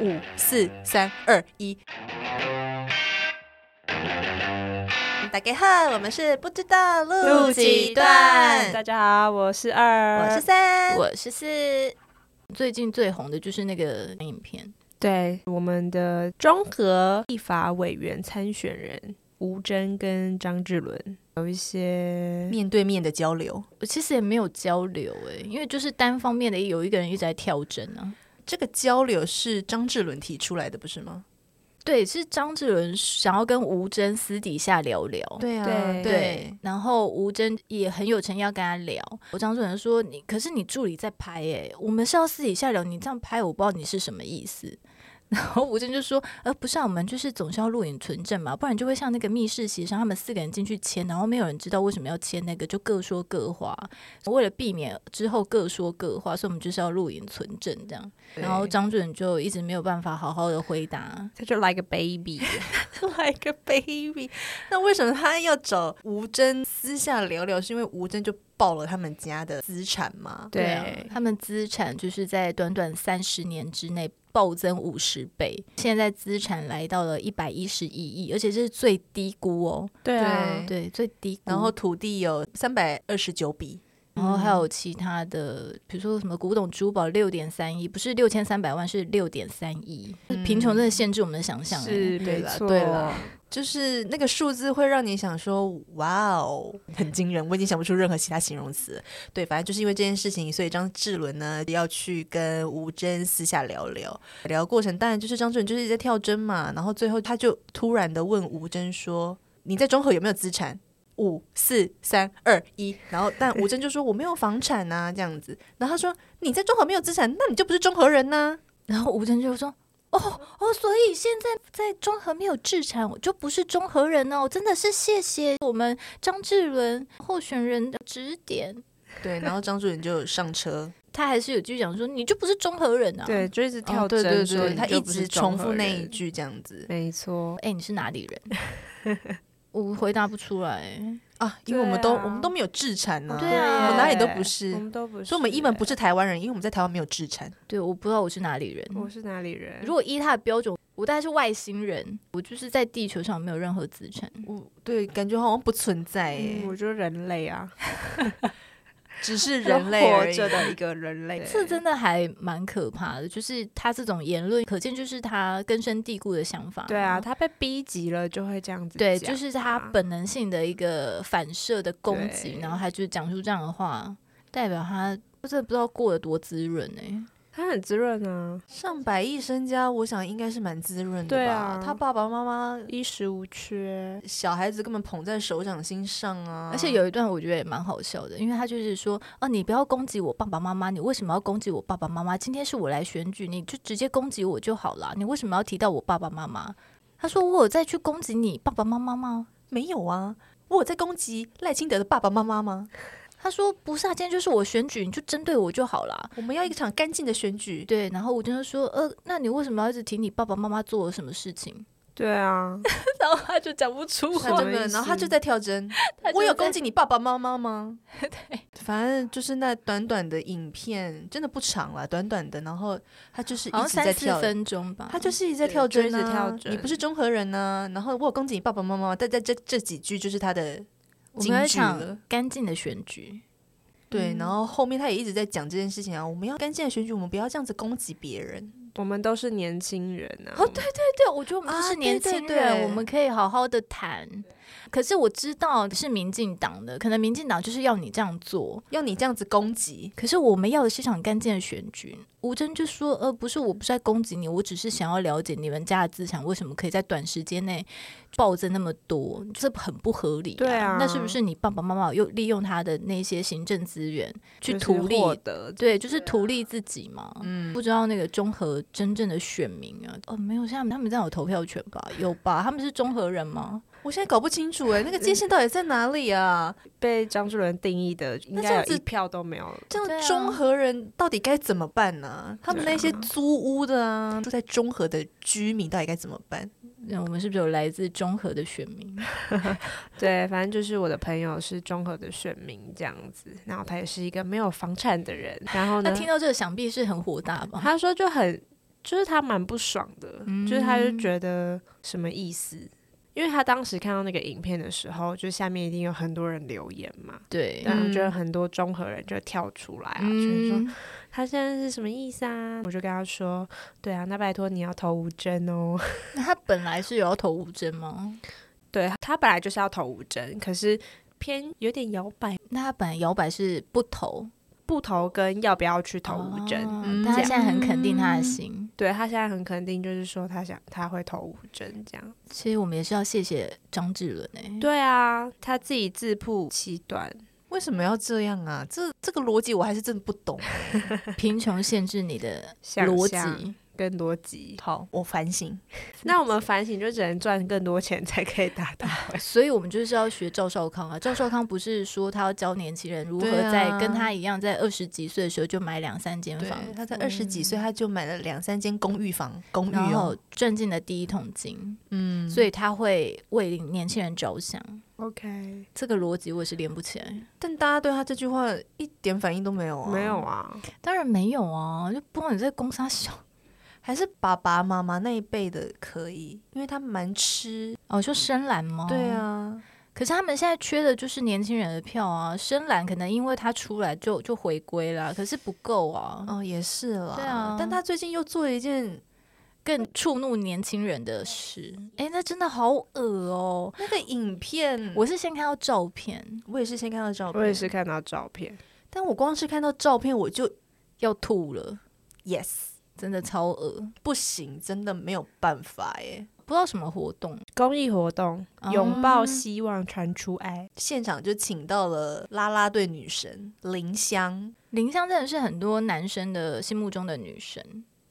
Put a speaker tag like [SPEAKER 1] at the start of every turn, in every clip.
[SPEAKER 1] 五四三二一。大家好，我们是不知道录几
[SPEAKER 2] 大
[SPEAKER 1] 段，
[SPEAKER 2] 家好，我是二，
[SPEAKER 1] 我是三，
[SPEAKER 3] 我是四。最近最红的就是那个影片，
[SPEAKER 2] 对我们的中和立法委员参选人吴峥跟张志伦有一些
[SPEAKER 1] 面对面的交流，
[SPEAKER 3] 我其实也没有交流哎、因为就是单方面的有一个人一直在跳针啊。
[SPEAKER 1] 这个交流是张志伦提出来的，不是吗？
[SPEAKER 3] 对，是张智伦想要跟吴峥私底下聊聊。
[SPEAKER 1] 对啊，
[SPEAKER 2] 对
[SPEAKER 3] 对，然后吴峥也很有诚意要跟他聊。我张主任说：“你可是你助理在拍诶、我们是要私底下聊，你这样拍，我不知道你是什么意思。” 然后吴峥就说：“呃，不是、啊，我们就是总是要录影存证嘛，不然就会像那个密室协商，他们四个人进去签，然后没有人知道为什么要签那个，就各说各话。为了避免之后各说各话，所以我们就是要录影存证这样。
[SPEAKER 1] 对
[SPEAKER 3] 然后张主任就一直没有办法好好的回答。
[SPEAKER 2] 他就来个 baby，
[SPEAKER 1] like a baby。那为什么他要找吴峥私下聊聊？是因为吴峥就爆了他们家的资产吗？
[SPEAKER 2] 对
[SPEAKER 3] 啊他们资产就是在短短三十年之内暴增五十倍，现在资产来到了一百一十一亿，而且这是最低估哦，
[SPEAKER 2] 对
[SPEAKER 1] 啊
[SPEAKER 3] 对，最低估。
[SPEAKER 1] 然后土地有三百二十九笔，
[SPEAKER 3] 然后还有其他的，比如说什么古董珠宝六点三亿，不是六千三百万，是六点三亿。
[SPEAKER 1] 嗯
[SPEAKER 3] 贫穷真的限制我们的想象、欸
[SPEAKER 2] 是
[SPEAKER 1] 对
[SPEAKER 2] 没
[SPEAKER 1] 啦
[SPEAKER 2] 错，
[SPEAKER 1] 对啦就是那个数字会让你想说，哇哦，很惊人，我已经想不出任何其他形容词。对，反正就是因为这件事情，所以张志伦呢要去跟吴峥私下聊聊，聊过程当然就是张志伦就是一直在跳针嘛，然后最后他就突然的问吴峥说：“你在中和有没有资产？”五四三二一，然后但吴峥就说我没有房产呐、这样子，然后他说你在中和没有资产，那你就不是中和人呐、
[SPEAKER 3] 然后吴峥就说：“哦哦，所以现在在中和没有制产，我就不是中和人哦，真的是谢谢我们张志伦候选人的指点。”
[SPEAKER 1] 对，然后张志伦就上车，
[SPEAKER 3] 他还是有继续讲说，你就不是中和人啊。
[SPEAKER 2] 对，就一直跳
[SPEAKER 1] 哦对
[SPEAKER 2] 针、
[SPEAKER 1] 对
[SPEAKER 2] 说
[SPEAKER 1] 对，
[SPEAKER 2] 你
[SPEAKER 1] 他
[SPEAKER 2] 就
[SPEAKER 1] 一
[SPEAKER 2] 不
[SPEAKER 1] 直
[SPEAKER 2] 是
[SPEAKER 1] 重复
[SPEAKER 2] 中和
[SPEAKER 1] 那
[SPEAKER 2] 人
[SPEAKER 1] 一，句这样子
[SPEAKER 2] 没错，
[SPEAKER 3] 哎、你是哪里人？ 我回答不出来。
[SPEAKER 1] 啊，因为我们都、
[SPEAKER 2] 对啊哦
[SPEAKER 1] 我们都没有制产呢、
[SPEAKER 3] 对啊
[SPEAKER 1] 我们哪里都不
[SPEAKER 2] 我
[SPEAKER 1] 是，
[SPEAKER 2] 们都不是，
[SPEAKER 1] 所以我们一本不是台湾人，因为我们在台湾没有制产。
[SPEAKER 3] 对，我不知道我是哪里人。
[SPEAKER 2] 我是哪里人？
[SPEAKER 3] 如果依他的标准，我大概是外星人，我就是在地球上没有任何资产。
[SPEAKER 1] 我对感觉好像不存在、欸
[SPEAKER 2] 嗯我就人类啊，
[SPEAKER 1] 只是人类
[SPEAKER 2] 活
[SPEAKER 1] 而已。
[SPEAKER 2] 着的一个人类，
[SPEAKER 3] 这真的还蛮可怕的，就是他这种言论，可见就是他根深蒂固的想法。
[SPEAKER 2] 对啊，，他被逼急了就会这样子讲
[SPEAKER 3] 对，
[SPEAKER 2] 啊，
[SPEAKER 3] 就是他本能性的一个反射的攻击，
[SPEAKER 2] 对
[SPEAKER 3] 然后他就讲出这样的话，代表他真的不知道过得多滋润哎、
[SPEAKER 2] 他很滋润啊，
[SPEAKER 1] 上百亿身家，我想应该是蛮滋润的吧。
[SPEAKER 2] 对啊
[SPEAKER 1] 他爸爸妈妈、
[SPEAKER 2] 衣食无缺，
[SPEAKER 1] 小孩子根本捧在手掌心上啊。
[SPEAKER 3] 而且有一段我觉得也蛮好笑的，因为他就是说，哦，你不要攻击我爸爸妈妈，你为什么要攻击我爸爸妈妈？今天是我来选举，你就直接攻击我就好啦，你为什么要提到我爸爸妈妈？他说我有再去攻击你爸爸妈妈吗？
[SPEAKER 1] 没有啊？我有在攻击赖清德的爸爸妈妈吗？
[SPEAKER 3] 他说不是啊，今天就是我选举，你就针对我就好啦。
[SPEAKER 1] 我们要一场干净的选举。
[SPEAKER 3] 对，然后我就说，呃，那你为什么要一直提你爸爸妈妈做了什么事情？
[SPEAKER 2] 对啊，
[SPEAKER 3] 然后 他就讲不出
[SPEAKER 1] 他
[SPEAKER 3] 话
[SPEAKER 1] 真，的，然后他就在跳针。
[SPEAKER 3] 他就
[SPEAKER 1] 我有
[SPEAKER 3] 在
[SPEAKER 1] 攻击你爸爸妈妈吗？
[SPEAKER 3] 对，
[SPEAKER 1] 反正就是那短短的影片，真的不长了，短短的。然后他就是一
[SPEAKER 3] 好像
[SPEAKER 1] 直在
[SPEAKER 3] 三四
[SPEAKER 1] 跳，
[SPEAKER 3] 分钟吧。
[SPEAKER 1] 他就是一直在跳针、
[SPEAKER 2] 对就一直
[SPEAKER 1] 啊
[SPEAKER 2] 跳，针
[SPEAKER 1] 你不是中和人呢、然后我有攻击你爸爸妈妈，但在这这几句就是他的
[SPEAKER 3] 我们要一
[SPEAKER 1] 金句了
[SPEAKER 3] 场嗯干净的选举，
[SPEAKER 1] 对，然后后面他也一直在讲这件事情啊，我们要干净的选举，我们不要这样子攻击别人。
[SPEAKER 2] 我们都是年轻人啊，
[SPEAKER 3] 哦，对对对，我觉得我们都
[SPEAKER 1] 啊
[SPEAKER 3] 是
[SPEAKER 1] 对
[SPEAKER 3] 年
[SPEAKER 1] 对
[SPEAKER 3] 轻人，
[SPEAKER 1] 对
[SPEAKER 3] 我们可以好好的谈。可是我知道是民进党的，可能民进党就是要你这样做。
[SPEAKER 1] 要你这样子攻 击，
[SPEAKER 3] 可是我们要的是一场干净的选举。吴峥就说：“呃，不是，我不是在攻击你，我只是想要了解你们家的资产为什么可以在短时间内暴增那么多，这很不合理、
[SPEAKER 2] 对啊
[SPEAKER 3] 那是不是你爸爸妈妈又利用他的那些行政资源去
[SPEAKER 2] 就是
[SPEAKER 3] 图利？
[SPEAKER 2] 获得，
[SPEAKER 3] 对，啊就是图利自己嘛。
[SPEAKER 1] 嗯，
[SPEAKER 3] 不知道那个中和真正的选民啊，哦，没有，像他们这样有投票权吧？有吧？他们是中和人吗？
[SPEAKER 1] 我现在搞不清楚哎、那个界限到底在哪里啊？
[SPEAKER 2] 被张智伦定义的应
[SPEAKER 1] 那这
[SPEAKER 2] 该
[SPEAKER 1] 样
[SPEAKER 2] 有
[SPEAKER 1] 子
[SPEAKER 2] 一票都没有，
[SPEAKER 1] 这
[SPEAKER 3] 对
[SPEAKER 1] 样
[SPEAKER 3] 啊
[SPEAKER 1] 中和人到底该怎么办呢、他们
[SPEAKER 2] 对
[SPEAKER 1] 那
[SPEAKER 2] 啊
[SPEAKER 1] 些租屋的啊，住在中和的居民到底该怎么办？
[SPEAKER 3] 那我们是不是有来自中和的选民？
[SPEAKER 2] 对，反正就是我的朋友是中和的选民这样子，然后他也是一个没有房产的人，然后
[SPEAKER 3] 他
[SPEAKER 2] 呢，
[SPEAKER 3] 听到这个，想必是很火大吧？
[SPEAKER 2] 他说就很就是他蛮不爽的，就是他
[SPEAKER 3] 嗯
[SPEAKER 2] 就觉得什么意思？因为他当时看到那个影片的时候，就下面一定有很多人留言嘛，
[SPEAKER 3] 对
[SPEAKER 2] 然后就有
[SPEAKER 1] 嗯
[SPEAKER 2] 很多中和人就跳出来啊，就是说
[SPEAKER 3] 嗯，
[SPEAKER 2] 他现在是什么意思啊？我就跟他说，对啊，那拜托你要投吴针哦。
[SPEAKER 3] 那他本来是有要投吴针吗？
[SPEAKER 2] 对他本来就是要投吴针，可是偏有点摇摆，
[SPEAKER 3] 那他本来摇摆是不投
[SPEAKER 2] 不投跟要不要去投吴针。
[SPEAKER 3] 哦
[SPEAKER 1] 嗯
[SPEAKER 3] 但他
[SPEAKER 2] 这样
[SPEAKER 3] 现在很肯定他的心。
[SPEAKER 2] 对他现在很肯定，就是说他想他会投吴针这样。
[SPEAKER 3] 其实我们也是要谢谢张智伦哎、
[SPEAKER 2] 对啊，他自己自曝其短，
[SPEAKER 1] 为什么要这样啊？这这个逻辑我还是真的不懂。
[SPEAKER 3] 贫穷限制你的
[SPEAKER 2] 想
[SPEAKER 3] 逻
[SPEAKER 2] 象
[SPEAKER 3] 辑，
[SPEAKER 2] 跟逻辑。
[SPEAKER 1] 好，我反省。
[SPEAKER 2] 那我们反省就只能赚更多钱才可以达到。
[SPEAKER 3] 所以我们就是要学赵少康啊。赵少康不是说他要教年轻人如何
[SPEAKER 1] 对啊
[SPEAKER 3] 在跟他一样，在二十几岁的时候就买两三间房，
[SPEAKER 1] 他在二十几岁他就买了两三间公寓房，公寓
[SPEAKER 3] 然后
[SPEAKER 1] 哦，
[SPEAKER 3] 赚进了第一桶金，
[SPEAKER 1] 嗯，
[SPEAKER 3] 所以他会为年轻人着想。
[SPEAKER 2] OK，
[SPEAKER 3] 这个逻辑我也是连不起来。
[SPEAKER 1] 但大家对他这句话一点反应都没有啊，
[SPEAKER 2] 没有，啊，
[SPEAKER 3] 当然没有啊，就不管你在攻啥小
[SPEAKER 1] 还是爸爸妈妈那一辈的可以，因为他蛮吃，
[SPEAKER 3] 哦，就深蓝吗？
[SPEAKER 1] 对。啊，
[SPEAKER 3] 可是他们现在缺的就是年轻人的票啊，深蓝可能因为他出来就就回归了，可是不够啊，
[SPEAKER 1] 哦也是啦，
[SPEAKER 3] 对啊
[SPEAKER 1] 但他最近又做了一件
[SPEAKER 3] 更触怒年轻人的事。哎、那真的好恶哦、
[SPEAKER 1] 那个影片，
[SPEAKER 3] 我是先看到照片
[SPEAKER 1] 我也是先看到照片，
[SPEAKER 2] 我也是，看到照片。
[SPEAKER 1] 但我光是看到照片我就
[SPEAKER 3] 要吐了，
[SPEAKER 1] yes
[SPEAKER 3] 真的超恶，
[SPEAKER 1] 不行，真的没有办法耶，
[SPEAKER 3] 不知道什么活动，
[SPEAKER 2] 公益活动，
[SPEAKER 3] 哦
[SPEAKER 2] 拥抱希望，传出爱。
[SPEAKER 1] 现场就请到了啦啦队女神林湘，
[SPEAKER 3] 林香真的是很多男生的心目中的女神。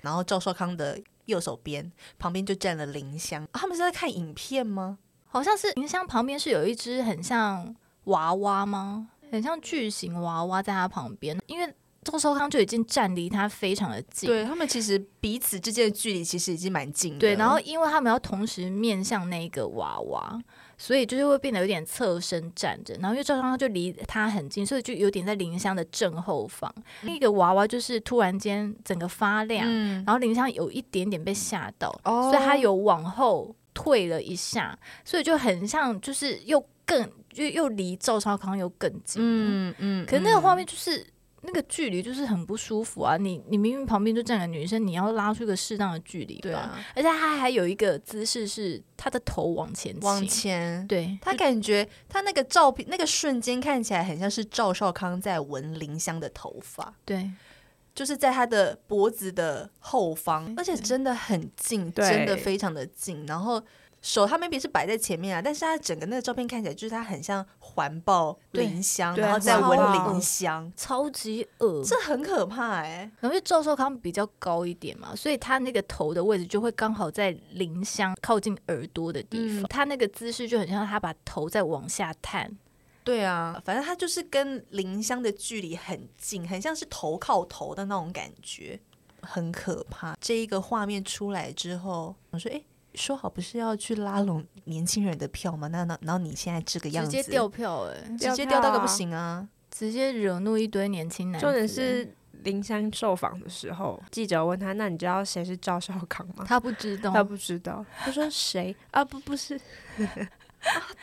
[SPEAKER 1] 然后赵少康的右手边旁边就站了林湘、啊他们是在看影片吗？
[SPEAKER 3] 好像是银箱旁边是有一只很像娃娃吗？很像巨型娃娃在他旁边，因为赵少康就已经站离他非常的近。
[SPEAKER 1] 对他们其实彼此之间的距离其实已经蛮近的，
[SPEAKER 3] 对然后因为他们要同时面向那个娃娃，所以就是会变得有点侧身站着。然后因为赵少康就离他很近，所以就有点在林香的正后方。那个娃娃就是突然间整个发亮，
[SPEAKER 1] 嗯，
[SPEAKER 3] 然后林香有一点点被吓到，
[SPEAKER 2] 哦
[SPEAKER 3] 所以她有往后退了一下，所以就很像就是又更就又离赵少康又更近。嗯，
[SPEAKER 1] 嗯嗯
[SPEAKER 3] 可是那个画面就是。那个距离就是很不舒服啊！你你明明旁边就站个女生，你要拉出一个适当的距离吧。
[SPEAKER 1] 对啊，
[SPEAKER 3] 而且她还有一个姿势是她的头往前倾
[SPEAKER 1] 往，前。
[SPEAKER 3] 对，
[SPEAKER 1] 他感觉他那个照片那个瞬间看起来很像是赵少康在闻林湘的头发，
[SPEAKER 3] 对
[SPEAKER 1] 就是在他的脖子的后方，而且
[SPEAKER 3] 对
[SPEAKER 1] 真的很近，
[SPEAKER 2] 对
[SPEAKER 1] 真的非常的近。然后手他 maybe 是摆在前面啊，但是他整个那个照片看起来就是他很像环抱
[SPEAKER 3] 对
[SPEAKER 1] 林香，
[SPEAKER 2] 对
[SPEAKER 1] 然后在闻
[SPEAKER 2] 环抱
[SPEAKER 1] 林香，
[SPEAKER 3] 超级恶。
[SPEAKER 1] 这很可怕哎、
[SPEAKER 3] 然后因为赵少康比较高一点嘛，所以他那个头的位置就会刚好在林香靠近耳朵的地方，
[SPEAKER 1] 嗯
[SPEAKER 3] 他那个姿势就很像他把头在往下探，
[SPEAKER 1] 对啊，反正他就是跟林香的距离很近，很像是头靠头的那种感觉，很可怕。这一个画面出来之后，我说哎。诶说好不是要去拉拢年轻人的票吗？那那然后你现在这个样
[SPEAKER 3] 直
[SPEAKER 1] 子，
[SPEAKER 3] 接掉票哎、
[SPEAKER 1] 直接
[SPEAKER 2] 掉
[SPEAKER 1] 掉
[SPEAKER 2] 票
[SPEAKER 1] 到个不
[SPEAKER 2] 啊
[SPEAKER 1] 行啊！
[SPEAKER 3] 直接惹怒一堆年轻男子。
[SPEAKER 2] 重点是林湘受访的时候，记者问他：“那你知道谁是赵少康吗
[SPEAKER 3] 他不知？”道
[SPEAKER 2] 他，不知道，他说谁啊？不，不是，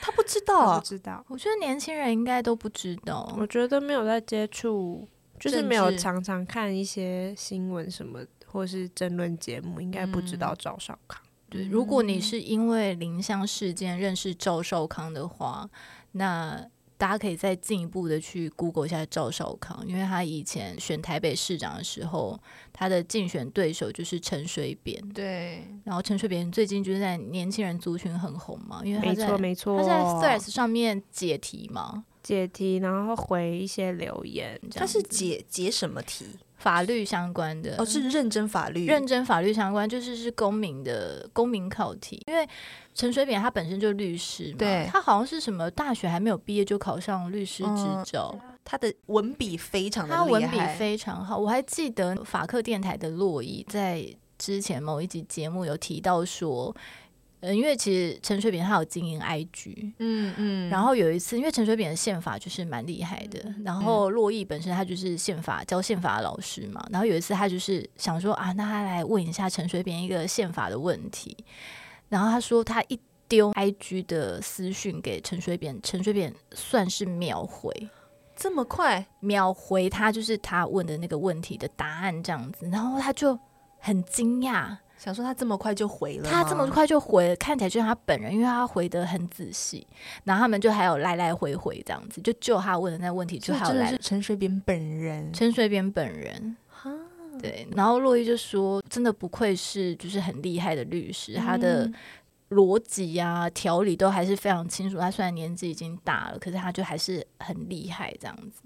[SPEAKER 1] 他不知道
[SPEAKER 2] 他
[SPEAKER 1] 啊
[SPEAKER 2] 不，知道。
[SPEAKER 3] 我觉得年轻人应该都不知道。
[SPEAKER 2] 我觉得没有在接触，就是没有
[SPEAKER 3] 政治
[SPEAKER 2] 常常看一些新闻什么，或是争论节目，应该不知
[SPEAKER 3] 嗯
[SPEAKER 2] 道赵少康。
[SPEAKER 3] 对，如果
[SPEAKER 1] 嗯
[SPEAKER 3] 你是因为林香事件认识赵少康的话，那大家可以再进一步的去 Google 一下赵少康，因为他以前选台北市长的时候，他的竞选对手就是陈水扁，
[SPEAKER 1] 对，
[SPEAKER 3] 然后陈水扁最近就是在年轻人族群很红嘛，因为他
[SPEAKER 2] 没
[SPEAKER 3] 在
[SPEAKER 2] 错，没错。
[SPEAKER 3] 他在 Threads 上面解题嘛，
[SPEAKER 2] 解题，然后回一些留言，
[SPEAKER 3] 这
[SPEAKER 1] 他
[SPEAKER 3] 样
[SPEAKER 1] 是
[SPEAKER 3] 子
[SPEAKER 1] 解解什么题？
[SPEAKER 3] 法律相关的
[SPEAKER 1] 哦，是认真法律，
[SPEAKER 3] 认真法律相关，就是是公民的公民考题，因为陈水扁他本身就律师嘛，
[SPEAKER 1] 对
[SPEAKER 3] 他好像是什么大学还没有毕业就考上律师执
[SPEAKER 1] 嗯
[SPEAKER 3] 照，
[SPEAKER 1] 他的文笔非常的
[SPEAKER 3] 他文
[SPEAKER 1] 厉
[SPEAKER 3] 笔
[SPEAKER 1] 害
[SPEAKER 3] 非常好。我还记得法克电台的洛伊在之前某一集节目有提到说。呃，因为其实陈水扁他有经营 IG，
[SPEAKER 1] 嗯嗯
[SPEAKER 3] 然后有一次，因为陈水扁的宪法就是蛮厉害的，然后洛毅本身他就是宪法教宪法的老师嘛，然后有一次他就是想说啊，那他来问一下陈水扁一个宪法的问题，然后他说他一丢 IG 的私讯给陈水扁，陈水扁算是秒回。
[SPEAKER 1] 这么快，
[SPEAKER 3] 秒回他就是他问的那个问题的答案这样子，然后他就很惊讶，
[SPEAKER 1] 想说他这么快就回了吗，
[SPEAKER 3] 他这么快就回了，看起来就像他本人，因为他回得很仔细，然后他们就还有来来回回这样子，就就他问的那问题就
[SPEAKER 1] 所以
[SPEAKER 3] 还有
[SPEAKER 1] 真的
[SPEAKER 3] 来
[SPEAKER 1] 是啊陈水扁本人，
[SPEAKER 3] 陈水扁本人。
[SPEAKER 1] 哈
[SPEAKER 3] 对，然后洛伊就说，真的不愧是就是很厉害的律师，他的
[SPEAKER 1] 嗯
[SPEAKER 3] 逻辑啊、条理都还是非常清楚。他虽然年纪已经大了，可是他就还是很厉害这样子。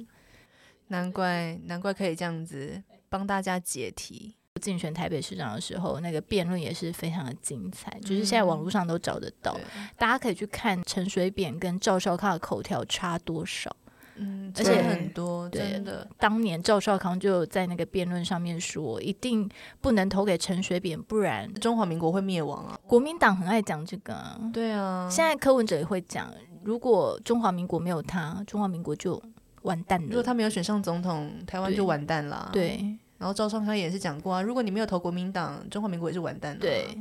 [SPEAKER 1] 难怪难怪可以这样子帮大家解题。
[SPEAKER 3] 竞选台北市长的时候，那个辩论也是非常的精彩，就是现在网络上都找得到，
[SPEAKER 1] 嗯对
[SPEAKER 3] 大家可以去看陈水扁跟赵少康的口条差多少。
[SPEAKER 1] 嗯，
[SPEAKER 3] 而
[SPEAKER 1] 差
[SPEAKER 2] 且
[SPEAKER 1] 很多，
[SPEAKER 3] 对
[SPEAKER 1] 真的，
[SPEAKER 3] 当年赵少康就在那个辩论上面说，一定不能投给陈水扁，不然
[SPEAKER 1] 中华民国会灭亡啊！
[SPEAKER 3] 国民党很爱讲这个、啊。
[SPEAKER 1] 对啊，
[SPEAKER 3] 现在柯文哲也会讲，如果中华民国没有他，中华民国就完蛋
[SPEAKER 1] 如果
[SPEAKER 3] 了。
[SPEAKER 1] 他没有选上总统，台湾
[SPEAKER 3] 对
[SPEAKER 1] 就完蛋啦。，
[SPEAKER 3] 对
[SPEAKER 1] 然后赵少康也是讲过啊，如果你没有投国民党，中华民国也是完蛋的。啊
[SPEAKER 3] 对，，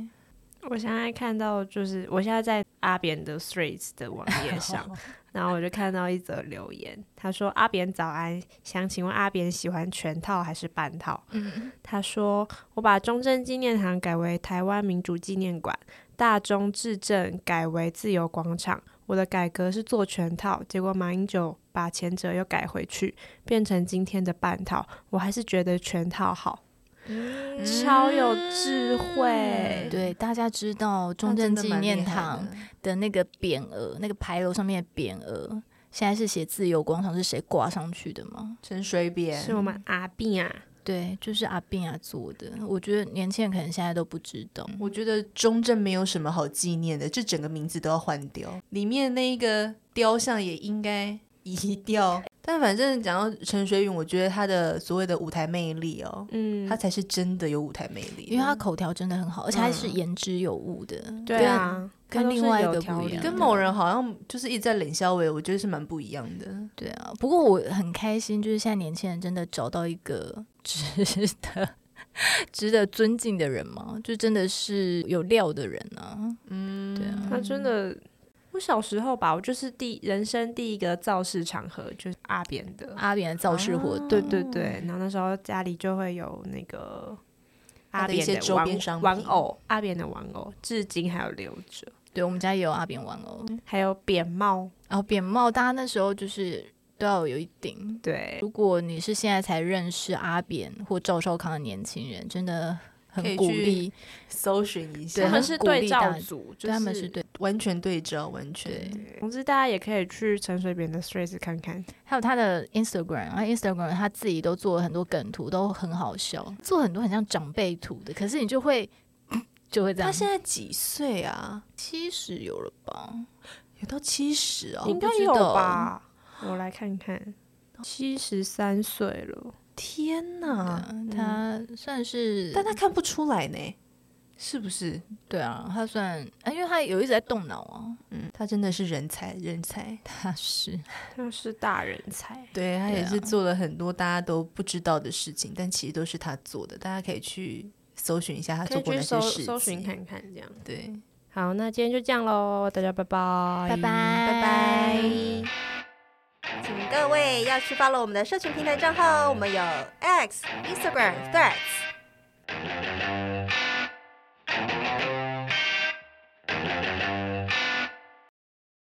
[SPEAKER 2] 我现在看到就是我现在在阿扁的 Threads 的网页上，然后我就看到一则留言，他说：“阿扁早安，想请问阿扁喜欢全套还是半套？”
[SPEAKER 3] 嗯，
[SPEAKER 2] 他说：“我把中正纪念堂改为台湾民主纪念馆，大中至正改为自由广场。我的改革是做全套，结果马英九把前者又改回去，变成今天的半套。我还是觉得全套好，超有智慧。
[SPEAKER 3] 对，大家知道中正纪念堂的那个匾额，那个牌楼上面的匾额，现在是写“自由广场”是谁挂上去的吗？
[SPEAKER 1] 陈水扁
[SPEAKER 2] 是我们阿扁啊，
[SPEAKER 3] 对，就是阿扁啊做的。我觉得年轻人可能现在都不知道。
[SPEAKER 1] 我觉得中正没有什么好纪念的，这整个名字都要换掉，里面那一个雕像也应该移掉。但反正讲到陈水扁，我觉得他的所谓的舞台魅力哦，
[SPEAKER 2] 嗯，
[SPEAKER 1] 他才是真的有舞台魅力，
[SPEAKER 3] 因为他口条真的很好，而且他是言之有物的。
[SPEAKER 2] 对啊，
[SPEAKER 3] 跟
[SPEAKER 2] 他都
[SPEAKER 3] 另
[SPEAKER 2] 是
[SPEAKER 3] 外一
[SPEAKER 2] 有
[SPEAKER 3] 个
[SPEAKER 2] 条
[SPEAKER 3] 不一
[SPEAKER 2] 理
[SPEAKER 3] 样
[SPEAKER 2] 的
[SPEAKER 1] 跟某人好像就是一直在冷笑话，我觉得是蛮不一样的。
[SPEAKER 3] 对啊。不过我很开心，就是现在年轻人真的找到一个值得、 值得尊敬的人嘛，就真的是有料的人啊。嗯，对啊。
[SPEAKER 2] 他真的，我小时候吧，我就是第人生第一个造势场合就是阿扁的，
[SPEAKER 3] 阿扁的造势活动，
[SPEAKER 2] 啊对对
[SPEAKER 3] 哦
[SPEAKER 2] 对，然后那时候家里就会有那个
[SPEAKER 1] 他
[SPEAKER 2] 阿
[SPEAKER 1] 的一
[SPEAKER 2] 扁
[SPEAKER 1] 些周
[SPEAKER 2] 玩
[SPEAKER 1] 边商
[SPEAKER 2] 玩
[SPEAKER 1] 品
[SPEAKER 2] 偶，阿扁的玩偶至今还有留着，
[SPEAKER 3] 对我们家也有阿扁玩偶，
[SPEAKER 2] 还有扁帽，
[SPEAKER 3] 然后扁帽，大家那时候就是都要有一顶，
[SPEAKER 2] 对
[SPEAKER 3] 如果你是现在才认识阿扁或赵少康的年轻人，真的
[SPEAKER 1] 可以
[SPEAKER 3] 很鼓
[SPEAKER 1] 去
[SPEAKER 3] 励，
[SPEAKER 1] 搜寻一
[SPEAKER 3] 对
[SPEAKER 1] 下，
[SPEAKER 2] 他们
[SPEAKER 3] 很
[SPEAKER 2] 是
[SPEAKER 3] 鼓
[SPEAKER 2] 对
[SPEAKER 3] 励
[SPEAKER 2] 照
[SPEAKER 3] 大
[SPEAKER 2] 组，就
[SPEAKER 3] 对他们是对。
[SPEAKER 1] 完全对照，完
[SPEAKER 3] 对
[SPEAKER 1] 全。
[SPEAKER 2] 总之，大家也可以去陈水扁的 Threads 看看。
[SPEAKER 3] 还有他的 Instagram，然后 Instagram 他自己都做了很多梗图，都很好笑，做很多很像长辈图的，可是你就会就会这
[SPEAKER 1] 他
[SPEAKER 3] 样。
[SPEAKER 1] 现在几岁啊？
[SPEAKER 3] 七十有了吧？
[SPEAKER 1] 有到七十哦
[SPEAKER 3] 我
[SPEAKER 2] 应
[SPEAKER 3] 不
[SPEAKER 2] 该
[SPEAKER 3] 知
[SPEAKER 2] 有
[SPEAKER 3] 道
[SPEAKER 2] 吧？我来看看，哦七十三岁了，
[SPEAKER 1] 天哪！
[SPEAKER 3] 嗯，他算是，
[SPEAKER 1] 但他看不出来呢，啊是不是？
[SPEAKER 3] 对啊，他算，啊因为他有一直在动脑啊，
[SPEAKER 1] 嗯，他真的是人才，人才。
[SPEAKER 3] 他是
[SPEAKER 2] 他是大人才。
[SPEAKER 1] 对他
[SPEAKER 3] 对
[SPEAKER 1] 也是
[SPEAKER 3] 啊
[SPEAKER 1] 做了很多大家都不知道的事情，但其实都是他做的，大家可以去搜寻一下他
[SPEAKER 2] 可
[SPEAKER 1] 做
[SPEAKER 2] 以
[SPEAKER 1] 过
[SPEAKER 2] 去
[SPEAKER 1] 哪些
[SPEAKER 2] 搜
[SPEAKER 1] 事情。
[SPEAKER 2] 搜寻看看，这样。
[SPEAKER 1] 对，
[SPEAKER 2] 好，那今天就这样喽，大家拜拜，
[SPEAKER 3] 拜拜
[SPEAKER 1] 拜拜。
[SPEAKER 4] 请各位要去 follow 我们的社群平台账号，我们有 X、Instagram、Threads。